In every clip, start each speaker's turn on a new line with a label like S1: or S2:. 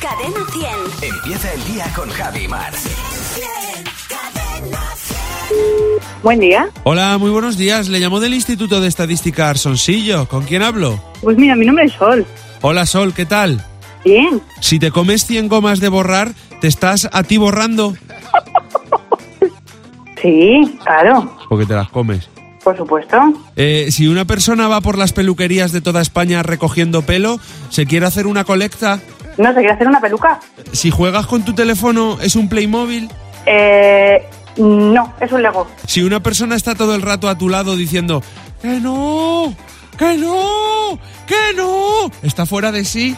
S1: Cadena 100.
S2: Empieza el día con Javi Mar.
S3: Buen día.
S4: Hola, muy buenos días. Le llamo del Instituto de Estadística Arsoncillo. ¿Con quién hablo?
S3: Pues mira, mi nombre es Sol.
S4: Hola, Sol, ¿qué tal?
S3: Bien.
S4: Si te comes 100 gomas de borrar, te estás a ti borrando.
S3: Sí, claro,
S4: Porque te las comes.
S3: por supuesto.
S4: Eh, si una persona va por las peluquerías de toda España recogiendo pelo, se quiere hacer una colecta.
S3: No sé, quiere hacer una peluca.
S4: Si juegas con tu teléfono, es un Playmobil.
S3: Eh, no, es un Lego.
S4: Si una persona está todo el rato a tu lado diciendo, ¡que no! ¡que no! ¡que no! Está fuera de sí.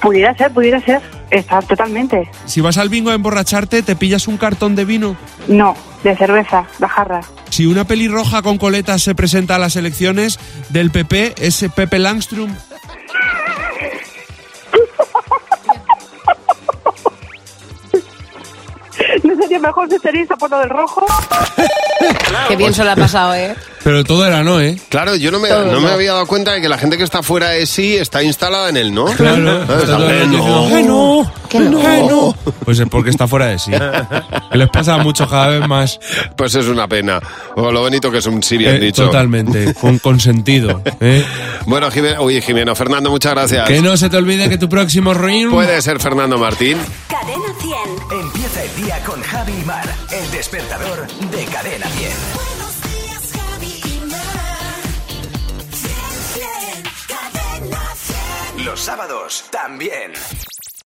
S3: Pudiera ser, pudiera ser. Está totalmente.
S4: Si vas al bingo a emborracharte, te pillas un cartón de vino.
S3: No, de cerveza, la jarra.
S4: Si una pelirroja con coletas se presenta a las elecciones del PP, es Pepe Langstrom.
S3: ¿No sería mejor si sería por lo del rojo?
S5: Qué bien se lo ha pasado, ¿eh?
S4: Pero todo era no, ¿eh?
S6: Claro, yo no me,
S5: Todo,
S6: no me
S5: ¿no?
S6: había dado cuenta de que la gente que está fuera de sí está instalada en el no.
S4: Claro.
S6: Ah, está bien, no.
S4: no!
S5: Que no.
S4: ¡Que no! Pues es porque está fuera de sí. Que les pasa mucho cada vez más.
S6: Pues es una pena. O lo bonito que es un sí, bien
S4: Eh,
S6: dicho.
S4: totalmente, con consentido. ¿eh?
S6: Bueno, Jimeno, oye, Jimeno, Fernando, muchas gracias.
S4: Que no se te olvide que tu próximo ruin...
S6: Puede ser Fernando Martín.
S1: Cadena 100.
S2: Empieza el día con Javi Mar. El despertador de Cadena 10.
S7: Buenos días, Javi y Mar. Bien, bien, cadena 100.
S2: Los sábados también.